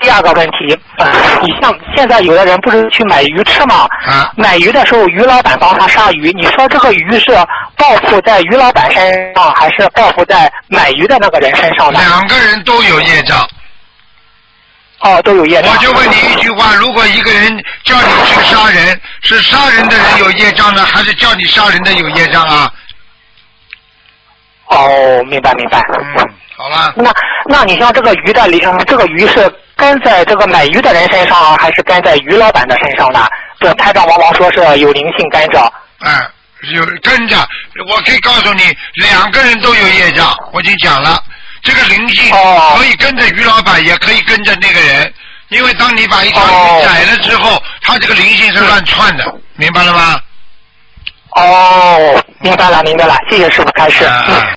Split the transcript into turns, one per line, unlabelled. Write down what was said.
大哎个问题。你像现在有的人不是去买鱼吃吗？
啊
买鱼的时候，鱼老板帮他杀鱼，你说这个鱼是报复在鱼老板身上，还是报复在买鱼的那个人身上呢？
两个人都有业障。
哦，都有业障。
我就问你一句话：如果一个人叫你去杀人，是杀人的人有业障呢，还是叫你杀人的有业障啊？
哦，明白明白。
嗯，好了，
那那你像这个鱼的里，呃这个鱼是跟在这个买鱼的人身上，还是跟在鱼老板的身上呢？这台长往往说是有灵性干扰。
哎，有跟着，我可以告诉你，两个人都有业障，我已经讲了，这个灵性
哦
可以跟着于老板，也可以跟着那个人，因为当你把一条
哦
鱼宰了之后，他这个灵性是乱窜的，明白了吗？
哦，明白了明白了，谢谢师傅开示。
啊
嗯